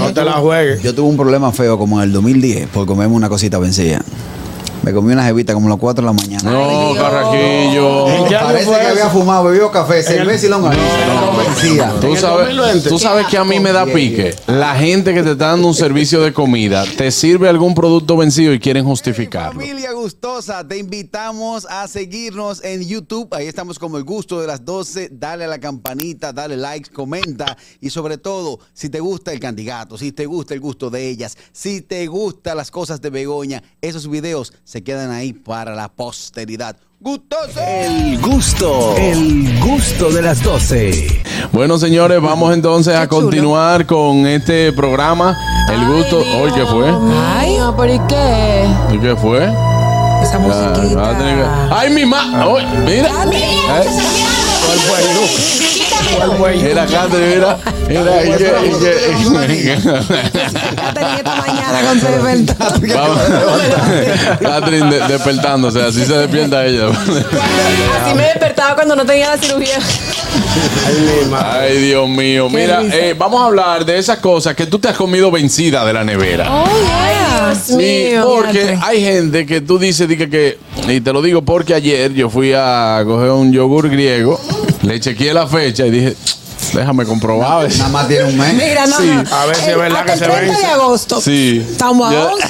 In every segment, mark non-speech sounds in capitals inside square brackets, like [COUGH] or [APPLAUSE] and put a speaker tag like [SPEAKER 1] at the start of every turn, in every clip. [SPEAKER 1] No te la juegues.
[SPEAKER 2] Yo tuve un problema feo como en el 2010 por comerme una cosita vencida. Me comí una jevita como a las 4 de la mañana.
[SPEAKER 3] No,
[SPEAKER 1] ¿En
[SPEAKER 3] carraquillo.
[SPEAKER 1] qué año
[SPEAKER 2] Parece
[SPEAKER 1] fue
[SPEAKER 2] que
[SPEAKER 1] eso?
[SPEAKER 2] había fumado, bebido café, cerveza y longaniza. No, vencida.
[SPEAKER 1] ¿En
[SPEAKER 3] Tú
[SPEAKER 1] el
[SPEAKER 3] sabes,
[SPEAKER 1] 2020?
[SPEAKER 3] tú sabes que a mí me da pique. La gente que te está dando un servicio de comida, te sirve algún producto vencido y quieren justificarlo.
[SPEAKER 2] Familia gustosa, te invitamos a seguirnos en YouTube. Ahí estamos como el gusto de las 12. Dale a la campanita, dale like, comenta. Y sobre todo, si te gusta el candidato, si te gusta el gusto de ellas, si te gustan las cosas de Begoña, esos videos se quedan ahí para la posteridad. ¡Gustoso!
[SPEAKER 4] El gusto, el gusto de las 12.
[SPEAKER 3] Bueno, señores, vamos entonces a
[SPEAKER 5] Qué chulo.
[SPEAKER 3] continuar con este programa. El gusto. Hoy, ¿qué fue?
[SPEAKER 5] Ay, no, pero ¿y qué?
[SPEAKER 3] ¿Y qué fue?
[SPEAKER 5] Esa
[SPEAKER 3] Ah, va a tener que-
[SPEAKER 5] musiquita.
[SPEAKER 3] ¡Ay, mi ma! Ay, mira! Eh, ¿Cuál fue el look? Era Catherine, mira. Era y que- y que-
[SPEAKER 5] Ya tenía esta mañana
[SPEAKER 3] [LAUGHS]
[SPEAKER 5] [LAUGHS] con todo inventado.
[SPEAKER 3] Vamos. [LAUGHS] Catherine de- despertándose, así se despierta ella.
[SPEAKER 5] Así me despertaba cuando no tenía
[SPEAKER 3] [LAUGHS]
[SPEAKER 5] la cirugía.
[SPEAKER 3] Ay, Dios mío. Mira,
[SPEAKER 5] risa.
[SPEAKER 3] eh, vamos a hablar de esas cosas que tú te has comido vencida de la nevera.
[SPEAKER 5] Oh, yeah. Dios
[SPEAKER 3] Sí,
[SPEAKER 5] mío.
[SPEAKER 3] porque hay gente que tú dices di que, que- y te lo digo porque ayer yo fui a coger un yogur griego, le chequeé la fecha y dije, déjame comprobar. a ver".
[SPEAKER 2] Nada más tiene un mes.
[SPEAKER 5] Mira, no.
[SPEAKER 3] Sí.
[SPEAKER 5] no.
[SPEAKER 1] A ver si es
[SPEAKER 5] El-
[SPEAKER 1] verdad
[SPEAKER 5] hasta
[SPEAKER 1] que se
[SPEAKER 5] el 30
[SPEAKER 1] vence.
[SPEAKER 5] de agosto.
[SPEAKER 3] Sí.
[SPEAKER 5] Estamos
[SPEAKER 3] Ya-
[SPEAKER 5] a
[SPEAKER 3] [LAUGHS]
[SPEAKER 5] 11.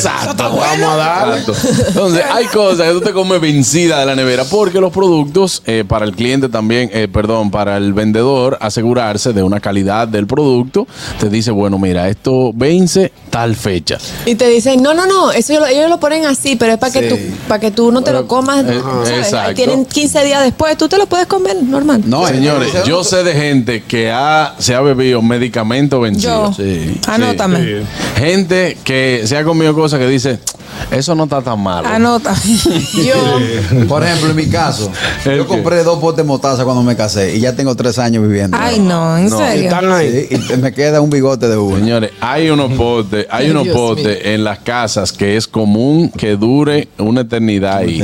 [SPEAKER 3] Exacto.
[SPEAKER 1] Vamos a darle.
[SPEAKER 3] Exacto. Entonces, hay cosas que tú te comes vencida de la nevera porque los productos, eh, para el cliente también, eh, perdón, para el vendedor, asegurarse de una calidad del producto, te dice, bueno, mira, esto vence tal fecha.
[SPEAKER 5] Y te dicen, no, no, no, eso ellos lo, ellos lo ponen así, pero es para que,
[SPEAKER 2] Sí.
[SPEAKER 5] tú, para que tú no te lo comas.
[SPEAKER 3] eh,
[SPEAKER 5] ¿sabes?
[SPEAKER 3] exacto.
[SPEAKER 5] Tienen 15 días después, tú te lo puedes comer normal.
[SPEAKER 2] No,
[SPEAKER 1] eh,
[SPEAKER 3] Señores,
[SPEAKER 2] entonces-
[SPEAKER 3] yo sé de gente que ha, se ha bebido medicamento vencido.
[SPEAKER 5] Yo. Anótame.
[SPEAKER 3] Gente que se ha comido cosas que dice, eso no está tan malo.
[SPEAKER 5] Anota. Ah, [LAUGHS] Yo.
[SPEAKER 2] Por ejemplo, en mi
[SPEAKER 3] [LAUGHS]
[SPEAKER 2] caso,
[SPEAKER 3] ¿El
[SPEAKER 2] yo
[SPEAKER 3] qué?
[SPEAKER 2] compré dos potes de mostaza cuando me casé y ya tengo tres años viviendo.
[SPEAKER 5] Ay, no, en
[SPEAKER 3] No.
[SPEAKER 5] serio.
[SPEAKER 1] Están ahí.
[SPEAKER 2] Sí, y te- me queda un bigote de uno.
[SPEAKER 3] Señores, hay unos potes, hay
[SPEAKER 5] Ay,
[SPEAKER 3] unos
[SPEAKER 5] Dios
[SPEAKER 3] potes en las casas que es común que dure una eternidad ahí.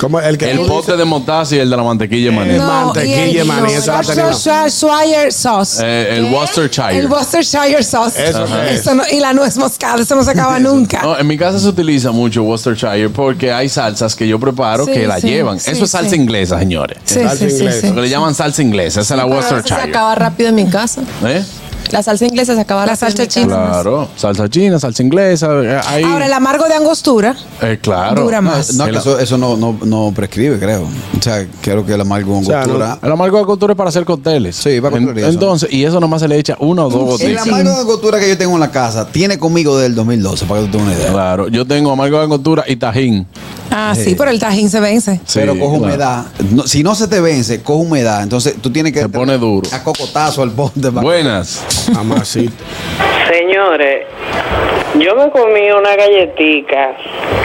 [SPEAKER 1] Como el que
[SPEAKER 3] El
[SPEAKER 1] tú
[SPEAKER 3] pote de mostaza y el de la mantequilla de maní.
[SPEAKER 1] No. mantequilla, maní, eso va a tener-
[SPEAKER 5] Worcestershire sauce.
[SPEAKER 3] Eh, el Worcestershire.
[SPEAKER 5] El Worcestershire sauce.
[SPEAKER 1] Eso Ajá. es.
[SPEAKER 5] Eso no- y la nuez moscada, eso no se acaba nunca.
[SPEAKER 3] No, en mi casa se utiliza mucho Worcestershire porque hay salsas que yo preparo
[SPEAKER 5] Sí,
[SPEAKER 3] que la
[SPEAKER 5] sí,
[SPEAKER 3] llevan.
[SPEAKER 5] sí,
[SPEAKER 3] Eso es salsa
[SPEAKER 5] sí.
[SPEAKER 3] inglesa, señores.
[SPEAKER 5] sí,
[SPEAKER 1] salsa
[SPEAKER 5] sí, sí,
[SPEAKER 1] inglesa.
[SPEAKER 5] sí.
[SPEAKER 3] Lo que le llaman salsa inglesa, esa es la
[SPEAKER 5] Pero eso se
[SPEAKER 3] Worcestershire.
[SPEAKER 5] acaba rápido en mi casa.
[SPEAKER 3] ¿Eh?
[SPEAKER 5] La salsa inglesa se acaba la salsa china.
[SPEAKER 3] Claro, salsa china, salsa inglesa. eh, Ahí,
[SPEAKER 5] Ahora, el amargo de angostura.
[SPEAKER 3] Eh, claro.
[SPEAKER 5] dura más.
[SPEAKER 2] No,
[SPEAKER 3] El-
[SPEAKER 2] que eso, eso no, no, no prescribe, creo. O sea, creo que el amargo con
[SPEAKER 1] O sea, no-
[SPEAKER 2] cultura.
[SPEAKER 3] El amargo de costura es para hacer cócteles.
[SPEAKER 2] Sí, para
[SPEAKER 3] En-
[SPEAKER 2] cócteles, eso.
[SPEAKER 3] Entonces, y eso nomás se le echa una o dos
[SPEAKER 2] El
[SPEAKER 3] gotitas.
[SPEAKER 2] amargo de cultura que yo tengo en la casa tiene conmigo desde el 2012, para que tú tengas una idea.
[SPEAKER 3] Claro, yo tengo amargo de costura y tajín.
[SPEAKER 5] Ah, sí, pero el tajín se vence.
[SPEAKER 2] Pero
[SPEAKER 3] Sí,
[SPEAKER 2] coge
[SPEAKER 3] claro.
[SPEAKER 2] humedad. No, si no se te vence, coge humedad. Entonces tú tienes que.
[SPEAKER 3] Se pone duro.
[SPEAKER 2] A cocotazo al ponte. para-
[SPEAKER 3] Buenas.
[SPEAKER 1] Amasito.
[SPEAKER 6] Señores, yo me comí una galletica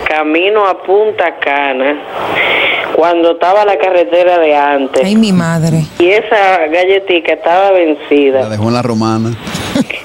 [SPEAKER 6] camino a Punta Cana cuando estaba la carretera de antes
[SPEAKER 5] Ay, mi madre.
[SPEAKER 6] y esa galletica estaba
[SPEAKER 2] La
[SPEAKER 6] vencida.
[SPEAKER 2] dejó en la romana.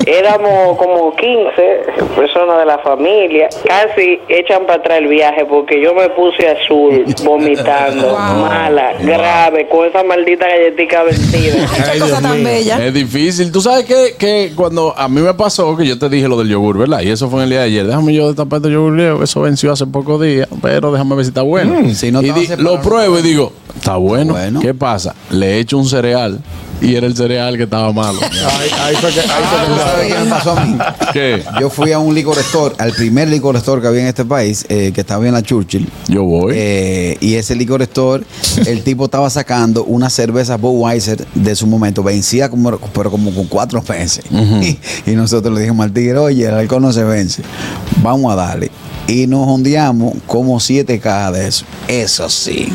[SPEAKER 6] Éramos como 15 personas de la familia, casi echan para atrás el viaje porque yo me puse
[SPEAKER 5] [LAUGHS]
[SPEAKER 6] azul, vomitando,
[SPEAKER 5] Wow.
[SPEAKER 6] mala, grave, con esa maldita galletica vencida.
[SPEAKER 5] Ay, qué
[SPEAKER 1] Ay,
[SPEAKER 5] cosa
[SPEAKER 1] Dios
[SPEAKER 5] tan
[SPEAKER 1] mío.
[SPEAKER 5] bella.
[SPEAKER 3] Es difícil. Tú sabes que, que cuando a mí me pasó que yo te dije lo del yogur, ¿verdad? Y eso fue en el día de ayer. Déjame yo destapar este yogur griego, eso venció hace pocos días, pero déjame ver si está bueno.
[SPEAKER 2] Mm, si no
[SPEAKER 3] y
[SPEAKER 2] te vas
[SPEAKER 3] di-
[SPEAKER 2] a separar,
[SPEAKER 3] lo pruebo y digo, está bueno.
[SPEAKER 2] bueno.
[SPEAKER 3] ¿Qué pasa? Le echo un cereal y era el cereal que estaba malo.
[SPEAKER 2] [LAUGHS]
[SPEAKER 1] Ahí, ahí fue que. Ahí fue
[SPEAKER 2] ¿Tú sabes qué me pasó a mí?
[SPEAKER 3] ¿Qué?
[SPEAKER 2] Yo fui a un licor store, al primer licor store que había en este país, eh, que estaba en la Churchill.
[SPEAKER 3] Yo voy.
[SPEAKER 2] Eh, y ese licor store, el tipo estaba sacando una cerveza Budweiser de su momento, vencida como, pero como con cuatro meses. [LAUGHS] y, nosotros le dijimos al tigre, oye, el alcohol no se vence, vamos a darle. Y nos ondeamos como siete cajas de eso. Eso sí.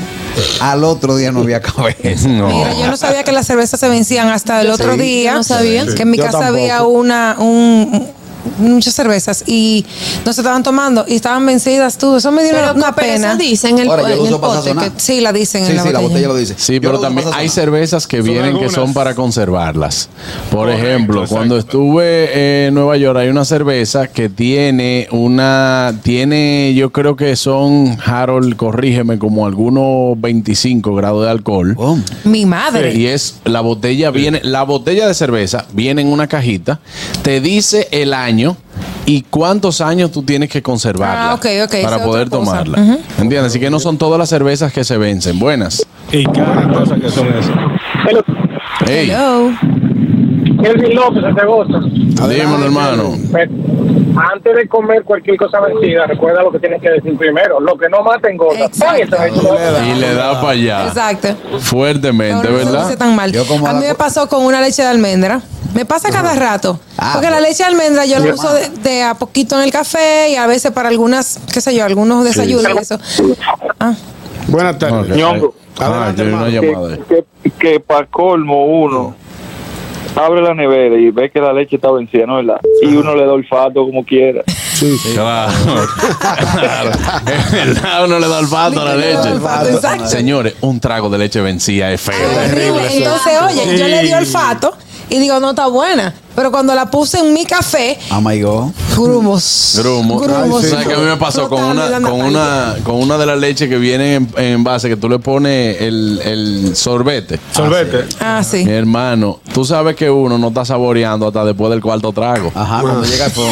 [SPEAKER 2] Al otro día no
[SPEAKER 3] [LAUGHS]
[SPEAKER 2] había cabeza.
[SPEAKER 3] no.
[SPEAKER 5] Mira, yo no sabía que las cervezas se vencían hasta el otro día.
[SPEAKER 7] no sabía.
[SPEAKER 5] Que en mi
[SPEAKER 1] Yo
[SPEAKER 5] casa
[SPEAKER 1] tampoco.
[SPEAKER 5] había una, un,
[SPEAKER 7] muchas cervezas y no se estaban tomando y estaban vencidas tú. Eso me dio una,
[SPEAKER 5] Ah, Pero
[SPEAKER 7] una pena.
[SPEAKER 5] Eso dice en el,
[SPEAKER 2] Ahora, yo lo
[SPEAKER 5] en el
[SPEAKER 2] uso para
[SPEAKER 5] pote.
[SPEAKER 2] sazonar.
[SPEAKER 5] que-
[SPEAKER 7] Sí, la dicen
[SPEAKER 2] Sí,
[SPEAKER 7] en la
[SPEAKER 2] sí, la
[SPEAKER 7] botella.
[SPEAKER 2] botella lo dice.
[SPEAKER 3] Sí,
[SPEAKER 2] Yo
[SPEAKER 3] pero
[SPEAKER 2] lo uso
[SPEAKER 3] también
[SPEAKER 2] para
[SPEAKER 3] hay
[SPEAKER 2] sazonar.
[SPEAKER 3] cervezas que vienen que son
[SPEAKER 1] algunas.
[SPEAKER 3] para conservarlas. Por
[SPEAKER 1] Correcto,
[SPEAKER 3] ejemplo,
[SPEAKER 1] exacto.
[SPEAKER 3] cuando estuve eh, en Nueva York hay una cerveza que tiene una, tiene, yo creo que son, Harold, corrígeme, como algunos 25 grados de alcohol.
[SPEAKER 2] Boom.
[SPEAKER 7] Mi madre.
[SPEAKER 3] Y es la botella viene, la botella de cerveza viene en una cajita, te dice el año y cuántos años tú tienes que conservarla
[SPEAKER 7] Ah, ok, ok, esa es
[SPEAKER 3] para
[SPEAKER 7] otra
[SPEAKER 3] poder
[SPEAKER 7] cosa.
[SPEAKER 3] tomarla. ¿Entiendes? Así que no son todas las cervezas que se vencen. Buenas.
[SPEAKER 1] Y cada cosa que son esas.
[SPEAKER 3] Hey,
[SPEAKER 7] Hello.
[SPEAKER 8] Kelvin López, Zaragoza.
[SPEAKER 3] dímelo, hermano.
[SPEAKER 8] Pues, Antes de comer cualquier cosa vencida, recuerda lo que tienes que decir primero. Lo que no mata engorda. ¡Pam! Y te va a echar.
[SPEAKER 3] Y le da para allá.
[SPEAKER 7] Exacto.
[SPEAKER 3] Fuertemente,
[SPEAKER 7] Ahora no se dice
[SPEAKER 3] ¿verdad?
[SPEAKER 7] tan mal.
[SPEAKER 2] Yo como
[SPEAKER 7] a
[SPEAKER 2] a
[SPEAKER 7] mí
[SPEAKER 2] la
[SPEAKER 7] me
[SPEAKER 2] cu-
[SPEAKER 7] pasó con una leche de almendra. Me pasa cada rato.
[SPEAKER 2] Ah,
[SPEAKER 7] porque la
[SPEAKER 2] bueno.
[SPEAKER 7] leche de almendra yo la uso de, de a poquito en el café y a veces para algunas, qué sé yo, algunos desayunos y eso. Ah,
[SPEAKER 1] Buenas tardes.
[SPEAKER 3] Ok.
[SPEAKER 9] Ñongo.
[SPEAKER 3] Ah,
[SPEAKER 1] Adelante,
[SPEAKER 3] yo vi una
[SPEAKER 1] hermano.
[SPEAKER 3] llamada. ahí.
[SPEAKER 9] que, que para colmo uno abre la nevera y ve que la leche está vencida, ¿no es verdad? Y uno le da olfato como quiera.
[SPEAKER 3] Claro. [LAUGHS] Es verdad, uno le da olfato a la
[SPEAKER 7] Le da
[SPEAKER 3] leche.
[SPEAKER 7] olfato, exacto.
[SPEAKER 3] Señores, un trago de leche vencida es feo.
[SPEAKER 7] Ah,
[SPEAKER 3] Eh,
[SPEAKER 7] horrible. Entonces, oye, yo le di olfato y digo, no está buena. Pero cuando la puse en mi café,
[SPEAKER 2] Oh my God.
[SPEAKER 7] grumos.
[SPEAKER 3] Grumo.
[SPEAKER 7] Grumos.
[SPEAKER 3] ¿Sabes qué a mí me pasó con
[SPEAKER 7] Flotando en
[SPEAKER 3] una,
[SPEAKER 7] la
[SPEAKER 3] con
[SPEAKER 7] natalia.
[SPEAKER 3] una, con una de las leches que viene en, en envase que tú le pones el, el sorbete?
[SPEAKER 1] Sorbete.
[SPEAKER 7] Ah, sí.
[SPEAKER 3] Mi hermano, tú sabes que uno no está saboreando hasta después del cuarto trago.
[SPEAKER 2] Ajá, cuando llega el fondo.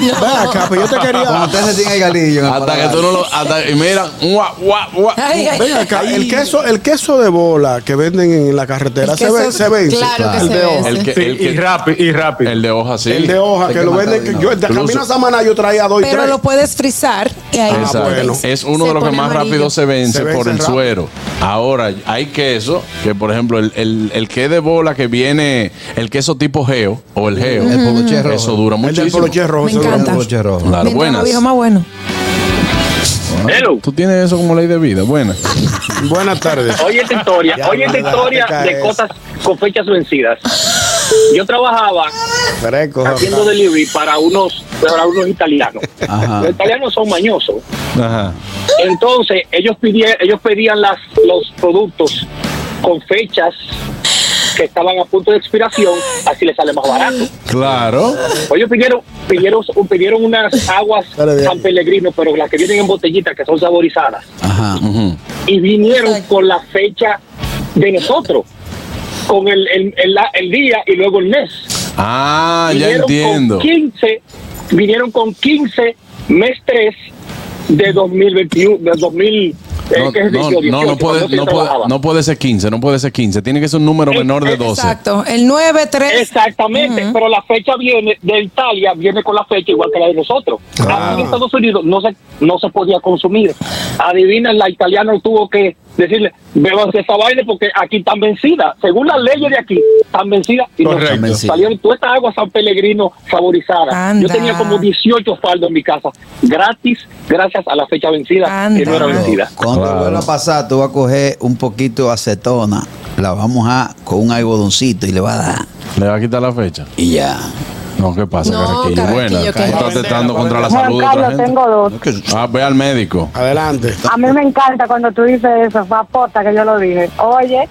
[SPEAKER 1] Ven acá, pero yo te
[SPEAKER 2] Cuando
[SPEAKER 1] quería.
[SPEAKER 2] usted se tiene el galillo. en el
[SPEAKER 3] Hasta que
[SPEAKER 2] paladar.
[SPEAKER 3] tú no lo. Hasta, y mira, guau, guau, guau.
[SPEAKER 7] Ay, ay.
[SPEAKER 1] Ven acá, el queso, el queso de bola que venden en la carretera
[SPEAKER 7] El
[SPEAKER 1] se,
[SPEAKER 7] queso-
[SPEAKER 1] ve- se vence.
[SPEAKER 5] claro que
[SPEAKER 1] el
[SPEAKER 5] se
[SPEAKER 1] de hoja.
[SPEAKER 5] vence.
[SPEAKER 3] El que,
[SPEAKER 9] Sí,
[SPEAKER 3] el que-
[SPEAKER 9] y rápido, y rápido.
[SPEAKER 3] el de hoja, sí.
[SPEAKER 1] El de hoja,
[SPEAKER 2] Hay
[SPEAKER 1] que
[SPEAKER 2] que
[SPEAKER 1] lo
[SPEAKER 2] matarlo
[SPEAKER 1] venden.
[SPEAKER 2] de
[SPEAKER 1] que
[SPEAKER 2] una
[SPEAKER 1] yo,
[SPEAKER 2] vez.
[SPEAKER 1] de camino
[SPEAKER 3] Incluso-
[SPEAKER 1] a Samaná yo traía dos y
[SPEAKER 7] Pero
[SPEAKER 1] tres.
[SPEAKER 7] lo puedes frizar y ahí
[SPEAKER 1] Ah,
[SPEAKER 3] Exacto.
[SPEAKER 1] bueno.
[SPEAKER 3] Es uno
[SPEAKER 7] Se
[SPEAKER 3] de los que
[SPEAKER 7] pone
[SPEAKER 3] más
[SPEAKER 7] amarillo.
[SPEAKER 3] rápido se vence
[SPEAKER 1] Se vence
[SPEAKER 3] por el
[SPEAKER 1] rápido.
[SPEAKER 3] suero. Ahora, hay queso, que por ejemplo, el, el, el que de bola que viene, el queso tipo geo o el geo,
[SPEAKER 2] El poloche rojo.
[SPEAKER 3] eso dura
[SPEAKER 1] el del
[SPEAKER 3] muchísimo.
[SPEAKER 1] poloche rojo.
[SPEAKER 7] Me
[SPEAKER 1] eso dura
[SPEAKER 7] encanta.
[SPEAKER 1] mucho.
[SPEAKER 2] Poloche rojo.
[SPEAKER 3] Claro,
[SPEAKER 7] Mientras
[SPEAKER 3] buenas.
[SPEAKER 7] más viejo, más bueno.
[SPEAKER 8] Hello.
[SPEAKER 3] Ah, Tú tienes eso como ley de vida.
[SPEAKER 1] [LAUGHS]
[SPEAKER 3] Buena.
[SPEAKER 1] Buenas tardes.
[SPEAKER 8] Oye esta historia,
[SPEAKER 1] Ya,
[SPEAKER 8] oye esta
[SPEAKER 1] ya,
[SPEAKER 8] historia
[SPEAKER 1] ya, ya,
[SPEAKER 8] de
[SPEAKER 1] ya.
[SPEAKER 8] cosas con fechas vencidas. Yo trabajaba
[SPEAKER 1] Fresco,
[SPEAKER 8] haciendo
[SPEAKER 1] Jorge.
[SPEAKER 8] delivery para unos, para unos italianos.
[SPEAKER 2] Ajá.
[SPEAKER 8] Los italianos son mañosos.
[SPEAKER 3] Ajá.
[SPEAKER 8] Entonces, ellos pidieron, ellos pedían las, los productos con fechas que estaban a punto de expiración, así les sale más barato. Pues
[SPEAKER 3] Claro.
[SPEAKER 8] Ellos pidieron, pidieron, pidieron unas aguas
[SPEAKER 1] Dale, dale.
[SPEAKER 8] San Pellegrino, pero las que vienen en botellitas, que son saborizadas,
[SPEAKER 2] Ajá.
[SPEAKER 3] Ujú.
[SPEAKER 8] y vinieron con la fecha de nosotros, con el, el, el- la- el día y luego el mes.
[SPEAKER 3] Ah, ya
[SPEAKER 8] Vinieron
[SPEAKER 3] entiendo.
[SPEAKER 8] Con 15, vinieron con 15 mes 3 de 2021, de 2000, eh,
[SPEAKER 3] No,
[SPEAKER 8] ¿qué es
[SPEAKER 3] no,
[SPEAKER 8] 18,
[SPEAKER 3] no, no puede,
[SPEAKER 8] cuando yo
[SPEAKER 3] no, puede,
[SPEAKER 8] trabajaba. Eh,
[SPEAKER 3] no puede ser 15, no puede ser 15. Tiene que ser un número menor de 12.
[SPEAKER 7] Exacto. El 9, 3.
[SPEAKER 8] Exactamente, pero la fecha viene de Italia, viene con la fecha igual que la de nosotros. Aquí en Estados Unidos no se, no se podía consumir. Adivina, la italiana tuvo que decirle, bebanse esa vaina porque aquí están vencidas. Según las leyes de aquí, están vencidas. Y no-
[SPEAKER 1] Correcto.
[SPEAKER 8] salieron toda esta agua San Pellegrino saborizada.
[SPEAKER 7] Anda.
[SPEAKER 8] Yo tenía como 18 faldos en mi casa, gratis, gracias a la fecha vencida, que no era
[SPEAKER 7] Anda.
[SPEAKER 8] vencida.
[SPEAKER 2] Cuando vuelva a pasar, tú vas a coger un poquito de acetona, la vamos a con un algodoncito y le vas a dar.
[SPEAKER 3] Le va a quitar la fecha.
[SPEAKER 2] Y ya.
[SPEAKER 3] No, ¿qué pasa,
[SPEAKER 5] No,
[SPEAKER 3] Carraquillo?
[SPEAKER 5] Carraquillo,
[SPEAKER 3] Buena.
[SPEAKER 5] ¿qué?
[SPEAKER 3] Tú estás tentando contra la
[SPEAKER 10] Juan
[SPEAKER 3] salud de otra
[SPEAKER 10] Carlos,
[SPEAKER 3] gente.
[SPEAKER 10] tengo dos.
[SPEAKER 3] Ah, ve al médico.
[SPEAKER 1] Adelante.
[SPEAKER 10] A mí me encanta cuando tú dices eso, fue apota que yo lo dije. Oye,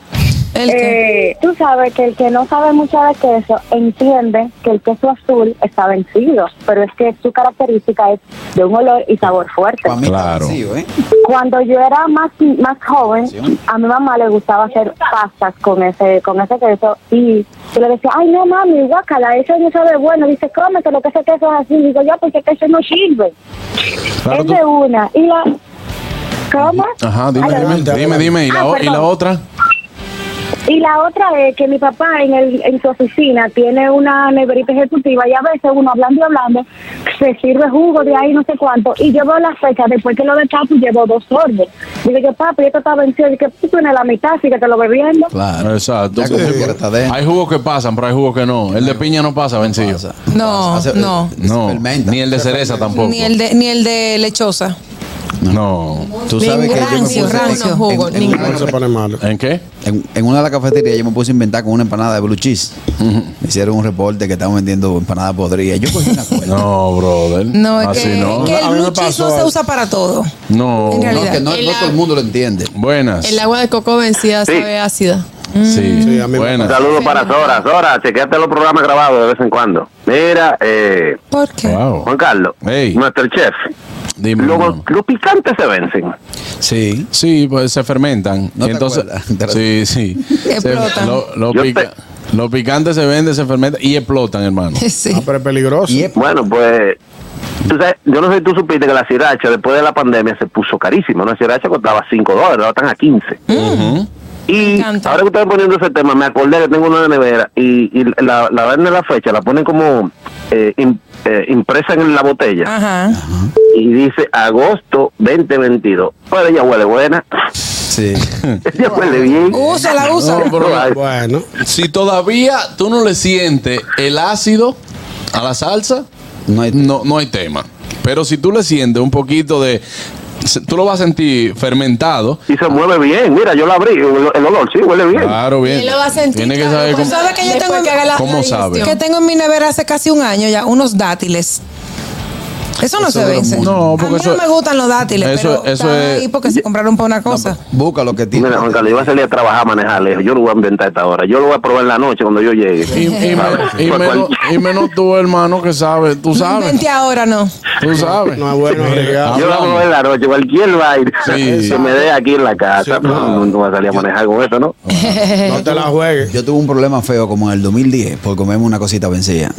[SPEAKER 7] El que.
[SPEAKER 10] eh, tú sabes que el que no sabe mucho de queso entiende que el queso azul está vencido, pero es que su característica es de un olor y sabor fuerte.
[SPEAKER 2] Pa' mí está
[SPEAKER 3] Claro.
[SPEAKER 2] vacío, ¿eh?
[SPEAKER 10] Cuando yo era más más joven, a mi mamá le gustaba hacer pastas con ese con ese queso y yo le decía, ay no mami, guácala, eso no sabe bueno. Dice, cómete lo que ese queso es así. Digo yo, porque queso no sirve.
[SPEAKER 3] Claro,
[SPEAKER 10] es
[SPEAKER 3] tú-
[SPEAKER 10] de una. Y la... ¿Cómo?
[SPEAKER 3] Ajá, dime,
[SPEAKER 10] Ay,
[SPEAKER 3] dime, dime, dime. ¿Y, la,
[SPEAKER 10] Ah,
[SPEAKER 3] o- y la
[SPEAKER 10] perdón.
[SPEAKER 3] otra?
[SPEAKER 10] Y la otra es que mi papá en, el, en su oficina tiene una neverita ejecutiva y a veces uno hablando y hablando se sirve jugo de ahí no sé cuánto y yo veo la fecha después que lo destapo y llevo dos sorbos. Digo yo, papi, esto está vencido y que tú tienes la mitad así que te lo bebiendo.
[SPEAKER 2] Claro.
[SPEAKER 3] Exacto.
[SPEAKER 2] Ah, Ya que tú quieras, está dentro.
[SPEAKER 3] Hay jugos que pasan, pero hay jugos que no. El de piña no pasa, vencido.
[SPEAKER 2] Pasa,
[SPEAKER 7] No,
[SPEAKER 2] pasa, se-
[SPEAKER 7] no.
[SPEAKER 2] se
[SPEAKER 3] No,
[SPEAKER 2] fermenta.
[SPEAKER 3] ni el de cereza Ah, tampoco.
[SPEAKER 7] Ni el de, ni el de lechosa.
[SPEAKER 3] No.
[SPEAKER 2] Tú sabes que yo me puse en- en- en una-
[SPEAKER 3] ¿En qué?
[SPEAKER 2] En, en una de las cafeterías yo me puse a inventar con una empanada de blue cheese. Me hicieron un reporte que estaban vendiendo empanadas podridas. Yo cogí una
[SPEAKER 7] [LAUGHS]
[SPEAKER 2] cuenta.
[SPEAKER 3] No, brother.
[SPEAKER 7] No, es
[SPEAKER 3] Así
[SPEAKER 7] que,
[SPEAKER 3] Ah, no.
[SPEAKER 7] es que
[SPEAKER 3] A
[SPEAKER 7] el
[SPEAKER 3] mí me
[SPEAKER 7] blue cheese no
[SPEAKER 3] pasó
[SPEAKER 7] se
[SPEAKER 3] a-
[SPEAKER 7] usa para todo.
[SPEAKER 3] No.
[SPEAKER 7] En realidad.
[SPEAKER 2] No, que no,
[SPEAKER 7] El
[SPEAKER 2] no todo el mundo lo entiende.
[SPEAKER 3] Buenas.
[SPEAKER 5] El agua de coco vencida sabe ácida.
[SPEAKER 3] Sí.
[SPEAKER 11] Un
[SPEAKER 3] Buenas.
[SPEAKER 11] saludo para Sora. Sora, chequeate los programas grabados de vez en cuando. Mira, eh,
[SPEAKER 7] ¿Por qué? [LAUGHS]
[SPEAKER 11] Juan Carlos, nuestro chef. Luego, los picantes se vencen.
[SPEAKER 2] Sí.
[SPEAKER 3] Sí, pues se fermentan.
[SPEAKER 11] No te
[SPEAKER 3] Entonces,
[SPEAKER 11] acuerdas.
[SPEAKER 3] sí, sí.
[SPEAKER 7] [LAUGHS]
[SPEAKER 3] Se-
[SPEAKER 11] Explotan.
[SPEAKER 3] lo, lo pica- lo picante se vende, se fermenta y explotan, hermano.
[SPEAKER 7] [LAUGHS]
[SPEAKER 11] Ah,
[SPEAKER 1] pero es peligroso.
[SPEAKER 11] Bueno, pues. tú sabes, yo no sé si tú supiste que la sriracha después de la pandemia se puso carísima. Una sriracha costaba 5 dólares, ahora están a 15. Y ahora que ustedes poniendo ese tema, me acordé que tengo una nevera y, y la, la vaina de la fecha la ponen como eh, im- eh, impresa en la botella.
[SPEAKER 7] Ajá.
[SPEAKER 3] Ah,
[SPEAKER 11] Y dice agosto 2022. Pero ella huele buena.
[SPEAKER 2] Sí.
[SPEAKER 11] [LAUGHS] ella huele bien.
[SPEAKER 7] Úsala, úsala.
[SPEAKER 3] No, pero- Si todavía tú no le sientes el ácido a la salsa,
[SPEAKER 2] no hay,
[SPEAKER 3] no, hay tema. Pero si tú le sientes un poquito de. se- Tú lo vas a sentir fermentado.
[SPEAKER 11] Y se mueve bien. Mira, yo la abrí. El, el olor, sí, huele bien.
[SPEAKER 3] Claro, bien.
[SPEAKER 7] Y lo va a sentir,
[SPEAKER 3] Tiene que
[SPEAKER 7] claro,
[SPEAKER 3] saber
[SPEAKER 7] pues,
[SPEAKER 3] cómo.
[SPEAKER 7] ¿sabe que yo tengo, en-
[SPEAKER 5] que haga la-
[SPEAKER 3] ¿Cómo la sabe? digestión?
[SPEAKER 7] que tengo en mi nevera hace casi un año ya unos dátiles. Eso no
[SPEAKER 2] Eso
[SPEAKER 7] se
[SPEAKER 2] dura
[SPEAKER 7] vence.
[SPEAKER 2] mucho.
[SPEAKER 7] a
[SPEAKER 2] No,
[SPEAKER 7] mí
[SPEAKER 2] porque
[SPEAKER 7] no
[SPEAKER 2] eso-
[SPEAKER 7] me gustan los dátiles,
[SPEAKER 2] eso-
[SPEAKER 7] pero
[SPEAKER 2] eso
[SPEAKER 7] están
[SPEAKER 2] es-
[SPEAKER 7] ahí porque se compraron para una cosa.
[SPEAKER 2] Busca lo que tiene.
[SPEAKER 11] Mira, Juan Carlos, yo voy a salir a trabajar, a manejar lejos. Yo lo voy a inventar a esta hora. Yo lo voy a probar en la noche cuando yo llegue. Pues
[SPEAKER 3] Y,
[SPEAKER 11] [LAUGHS]
[SPEAKER 3] y me- y menos, y menos tú, hermano, que sabes. Tú sabes.
[SPEAKER 7] Mm, Vente ahora, [LAUGHS] no.
[SPEAKER 3] Tú sabes.
[SPEAKER 1] No es bueno
[SPEAKER 11] Yo lo hago en la noche, cualquier baile
[SPEAKER 3] Sí.
[SPEAKER 11] que me dé aquí en la casa. no, no voy a salir a manejar con eso, ¿no?
[SPEAKER 1] No te la juegues.
[SPEAKER 2] Yo tuve un problema feo como en el 2010 por comerme una cosita vencida.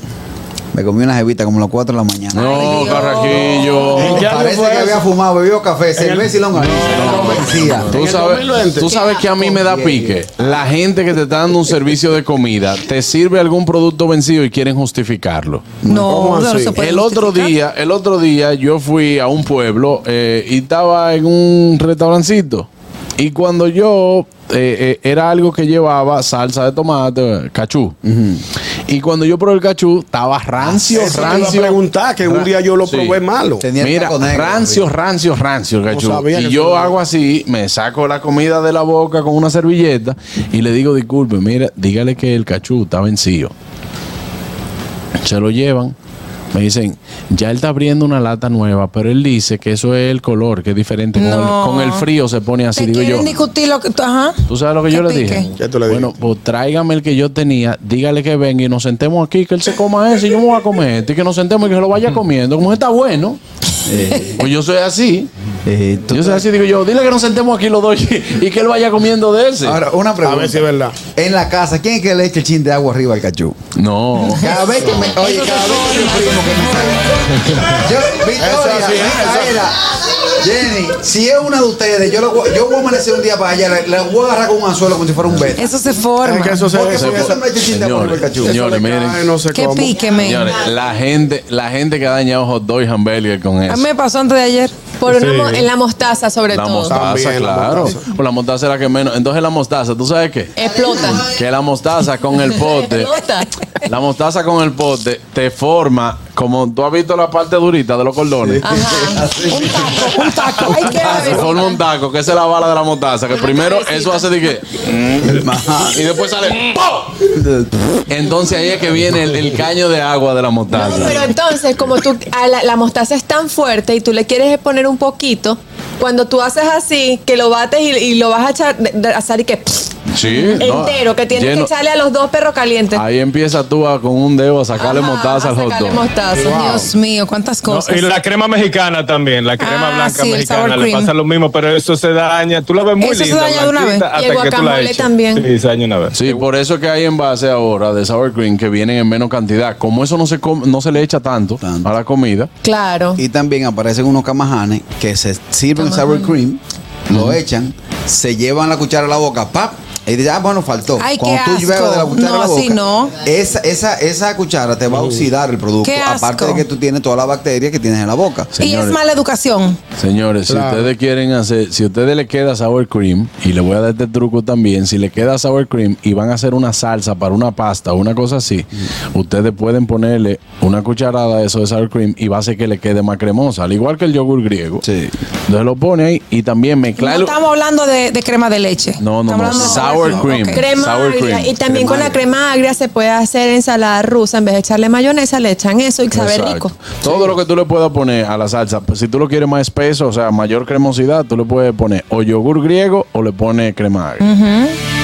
[SPEAKER 2] Me comí una jevita como a las 4 de la mañana.
[SPEAKER 3] No, carraquillo.
[SPEAKER 2] Parece que había fumado, bebió café, cerveza y longaniza. No, vencía.
[SPEAKER 3] Tú sabes, tú sabes que a mí me da pique. La gente que te está dando un servicio de comida, te sirve algún producto vencido y quieren justificarlo.
[SPEAKER 7] No,
[SPEAKER 3] ¿Cómo
[SPEAKER 7] no
[SPEAKER 3] así?
[SPEAKER 7] se puede
[SPEAKER 3] el otro día, el otro día yo fui a un pueblo eh, y estaba en un restaurancito. Y cuando yo eh, eh, era algo que llevaba salsa de tomate, eh, cachú. Y cuando yo probé el cachú, estaba rancio,
[SPEAKER 1] Ah, Eso te iba a
[SPEAKER 3] rancio.
[SPEAKER 1] preguntar, que un día yo lo probé malo. Tenía
[SPEAKER 3] Mira,
[SPEAKER 1] taco negro,
[SPEAKER 3] rancio, rancio, rancio, cachú.
[SPEAKER 1] sabía
[SPEAKER 3] y
[SPEAKER 1] que
[SPEAKER 3] yo hago así, me saco la comida de la boca con una servilleta y le digo, disculpe, mira, dígale que el cachú está vencido. Se lo llevan. Me dicen, ya él está abriendo una lata nueva, pero él dice que eso es el color, que es diferente. Con,
[SPEAKER 7] No.
[SPEAKER 3] el, con el frío se pone así. Digo yo,
[SPEAKER 7] Quieren discutir lo que tú, ajá.
[SPEAKER 3] ¿tú sabes lo que yo le
[SPEAKER 7] pique.
[SPEAKER 3] dije? bueno, pues tráigame el que yo tenía, dígale que venga y nos sentemos aquí, que él se coma ese y yo me voy a comer este, y que nos sentemos y que se lo vaya comiendo. Como está bueno.
[SPEAKER 2] Eh,
[SPEAKER 3] Pues yo soy así. yo soy así, digo yo, dile que nos sentemos aquí los dos y, y que él vaya comiendo de ese.
[SPEAKER 2] Ahora, una pregunta.
[SPEAKER 1] A ver si es verdad.
[SPEAKER 2] En la casa, ¿quién es que le echa el chin de agua arriba al cachú?
[SPEAKER 3] No.
[SPEAKER 2] Cada vez que me. Oye, cada vez que mi primo que me sale- Yo, Victoria,
[SPEAKER 1] Eso sí,
[SPEAKER 2] Micaela, Jenny, si es una de ustedes, yo, la voy- yo voy a amanecer un día para allá, la, la voy a agarrar con un anzuelo como si fuera un beta.
[SPEAKER 7] Eso se forma.
[SPEAKER 1] Es que eso se-
[SPEAKER 2] Porque
[SPEAKER 1] eso-
[SPEAKER 2] por qué
[SPEAKER 1] eso-
[SPEAKER 2] no hay que chin de agua arriba al
[SPEAKER 3] Señores,
[SPEAKER 2] cachú.
[SPEAKER 3] señores,
[SPEAKER 1] le
[SPEAKER 3] miren.
[SPEAKER 1] cae, no sé
[SPEAKER 7] Que cómo. pique, men.
[SPEAKER 3] Señores, la gente, la gente que ha dañado hot dog y hamburger con
[SPEAKER 7] A
[SPEAKER 3] eso.
[SPEAKER 7] mí me pasó antes de ayer.
[SPEAKER 5] Por una
[SPEAKER 3] Sí.
[SPEAKER 5] mo- en la mostaza, sobre
[SPEAKER 3] La
[SPEAKER 5] todo.
[SPEAKER 3] mostaza,
[SPEAKER 1] También, la
[SPEAKER 3] claro.
[SPEAKER 1] mostaza.
[SPEAKER 3] Pues la mostaza era que menos. Entonces la mostaza, ¿tú sabes qué?
[SPEAKER 5] Explota.
[SPEAKER 3] Que la mostaza con el pote.
[SPEAKER 5] Explota.
[SPEAKER 3] La mostaza con el pote te forma, como tú has visto la parte durita de los cordones.
[SPEAKER 7] Un taco. Ay, qué-
[SPEAKER 3] Ah, Se forma un taco, que esa es la bala de la mostaza. Que primero eso hace de que. Y después sale. ¡pum! Entonces ahí es que viene el, el caño de agua de la mostaza.
[SPEAKER 5] Pero entonces, como tú, a la, la mostaza es tan fuerte y tú le quieres poner un poquito, cuando tú haces así, que lo bates y, y lo vas a echar, de- de- hacer y que pss,
[SPEAKER 3] Sí, no,
[SPEAKER 5] entero, que tienes
[SPEAKER 3] lleno.
[SPEAKER 5] que echarle a los dos perros calientes.
[SPEAKER 3] Ahí empieza tú a, con un dedo a sacarle mostaza al hot
[SPEAKER 5] sacarle
[SPEAKER 3] dog.
[SPEAKER 5] mostaza.
[SPEAKER 7] Dios mío, cuántas
[SPEAKER 12] No,
[SPEAKER 7] cosas.
[SPEAKER 12] y la crema mexicana también, la crema
[SPEAKER 7] Ah,
[SPEAKER 12] blanca
[SPEAKER 7] sí, el sour
[SPEAKER 12] mexicana le
[SPEAKER 7] cream.
[SPEAKER 12] pasa lo mismo, pero eso se daña. Tú la ves muy
[SPEAKER 7] Eso se
[SPEAKER 12] linda,
[SPEAKER 7] daña de una
[SPEAKER 12] blanquita,
[SPEAKER 7] vez. Y
[SPEAKER 12] hasta que
[SPEAKER 7] el
[SPEAKER 12] tú la
[SPEAKER 7] guacamole
[SPEAKER 12] echas.
[SPEAKER 7] también.
[SPEAKER 12] Sí, se daña una vez.
[SPEAKER 3] Sí, por eso es que hay envases ahora de sour cream que vienen en menos cantidad. Como eso no se come- no se le echa tanto, a la comida.
[SPEAKER 5] Claro.
[SPEAKER 2] Y también aparecen unos camajanes que se sirven sour cream, lo echan, se llevan la cuchara a la boca, ¡pap! Y dice, ah, bueno, faltó.
[SPEAKER 7] Ay,
[SPEAKER 2] Cuando
[SPEAKER 7] qué
[SPEAKER 2] tú llevas
[SPEAKER 7] asco.
[SPEAKER 2] de la cuchara a la
[SPEAKER 7] No,
[SPEAKER 2] boca,
[SPEAKER 7] sí, no.
[SPEAKER 2] Esa, esa, esa cuchara te va a oxidar el producto.
[SPEAKER 7] Qué asco.
[SPEAKER 2] Aparte de que tú tienes toda la bacteria que tienes en la boca.
[SPEAKER 7] Y es mala educación.
[SPEAKER 3] Señores,
[SPEAKER 7] Claro.
[SPEAKER 3] si ustedes quieren hacer, si a ustedes le queda sour cream, y le voy a dar este truco también, si le queda sour cream y van a hacer una salsa para una pasta o una cosa así, ustedes pueden ponerle una cucharada de eso de sour cream y va a hacer que le quede más cremosa, al igual que el yogur griego. Sí. Entonces lo pone ahí y también
[SPEAKER 7] No
[SPEAKER 3] mezclarlo.
[SPEAKER 7] estamos hablando de, de crema de leche.
[SPEAKER 3] No, no, no,
[SPEAKER 7] Estamos hablando de-
[SPEAKER 3] sour cream.
[SPEAKER 5] Crema
[SPEAKER 3] sour
[SPEAKER 5] agria.
[SPEAKER 3] cream.
[SPEAKER 5] Y también con la crema agria se puede hacer ensalada rusa. En vez de echarle mayonesa, le echan eso y sabe
[SPEAKER 3] Exacto.
[SPEAKER 5] rico.
[SPEAKER 3] Todo lo que tú le puedas poner a la salsa, pues, si tú lo quieres más espeso, o sea, mayor cremosidad, tú le puedes poner o yogur griego o le pones crema agria.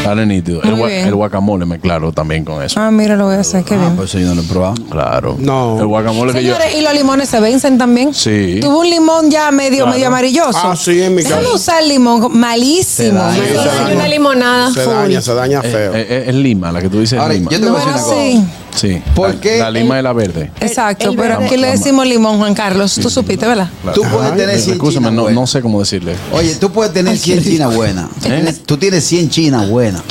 [SPEAKER 3] Sale nítido. El,
[SPEAKER 7] Muy
[SPEAKER 3] gua-
[SPEAKER 7] bien.
[SPEAKER 3] el guacamole me claro también con eso.
[SPEAKER 7] Ah, mira, lo voy a hacer, qué bien.
[SPEAKER 3] Pues sí, no lo he probado. Claro. No. El guacamole que yo.
[SPEAKER 7] Señores, y los limones se vencen también.
[SPEAKER 3] Sí.
[SPEAKER 7] Tuvo un limón ya medio,
[SPEAKER 3] Claro.
[SPEAKER 7] medio amarilloso.
[SPEAKER 1] Ah, sí, en mi
[SPEAKER 7] Déjame
[SPEAKER 1] casa.
[SPEAKER 7] usar limón malísimo.
[SPEAKER 1] Se daña, se daña.
[SPEAKER 5] Una limonada.
[SPEAKER 1] Se daña, se daña feo.
[SPEAKER 3] Eh, eh, es lima, la que tú dices.
[SPEAKER 2] Ahora,
[SPEAKER 3] es lima.
[SPEAKER 2] yo te voy a decir una cosa.
[SPEAKER 7] Sí,
[SPEAKER 3] Sí.
[SPEAKER 2] ¿Por
[SPEAKER 3] la,
[SPEAKER 2] qué
[SPEAKER 3] La lima es la verde.
[SPEAKER 7] exacto.
[SPEAKER 3] el
[SPEAKER 7] pero
[SPEAKER 3] verde.
[SPEAKER 7] aquí le decimos limón, Juan Carlos. Tú supiste, ¿verdad?
[SPEAKER 2] Tú puedes tener 100
[SPEAKER 3] Escúchame,
[SPEAKER 2] chinas
[SPEAKER 3] no,
[SPEAKER 2] buenas.
[SPEAKER 3] no sé cómo decirle.
[SPEAKER 2] Oye, tú puedes tener 100 chinas buenas.
[SPEAKER 7] [LAUGHS]
[SPEAKER 2] Tú
[SPEAKER 7] ¿Eh?
[SPEAKER 2] tienes- Tú tienes 100 chinas buenas.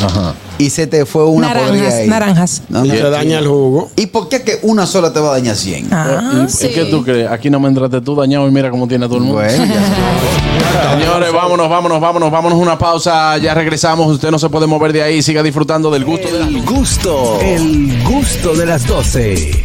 [SPEAKER 2] Y se te fue una podrida
[SPEAKER 7] naranjas,
[SPEAKER 2] ahí.
[SPEAKER 7] naranjas.
[SPEAKER 2] No, no.
[SPEAKER 1] Y se daña el jugo.
[SPEAKER 2] ¿Y por qué que una sola te va a dañar 100?
[SPEAKER 3] Eh,
[SPEAKER 7] Ah.
[SPEAKER 3] ¿Y- y qué tú crees? Aquí no me entraste tú dañado y mira cómo tiene todo el mundo.
[SPEAKER 1] [LAUGHS]
[SPEAKER 3] [LAUGHS] Señores, vámonos, vámonos, vámonos, vámonos una pausa. Ya regresamos. Usted no se puede mover de ahí. Siga disfrutando del gusto. de la-
[SPEAKER 4] El gusto, el gusto de las 12.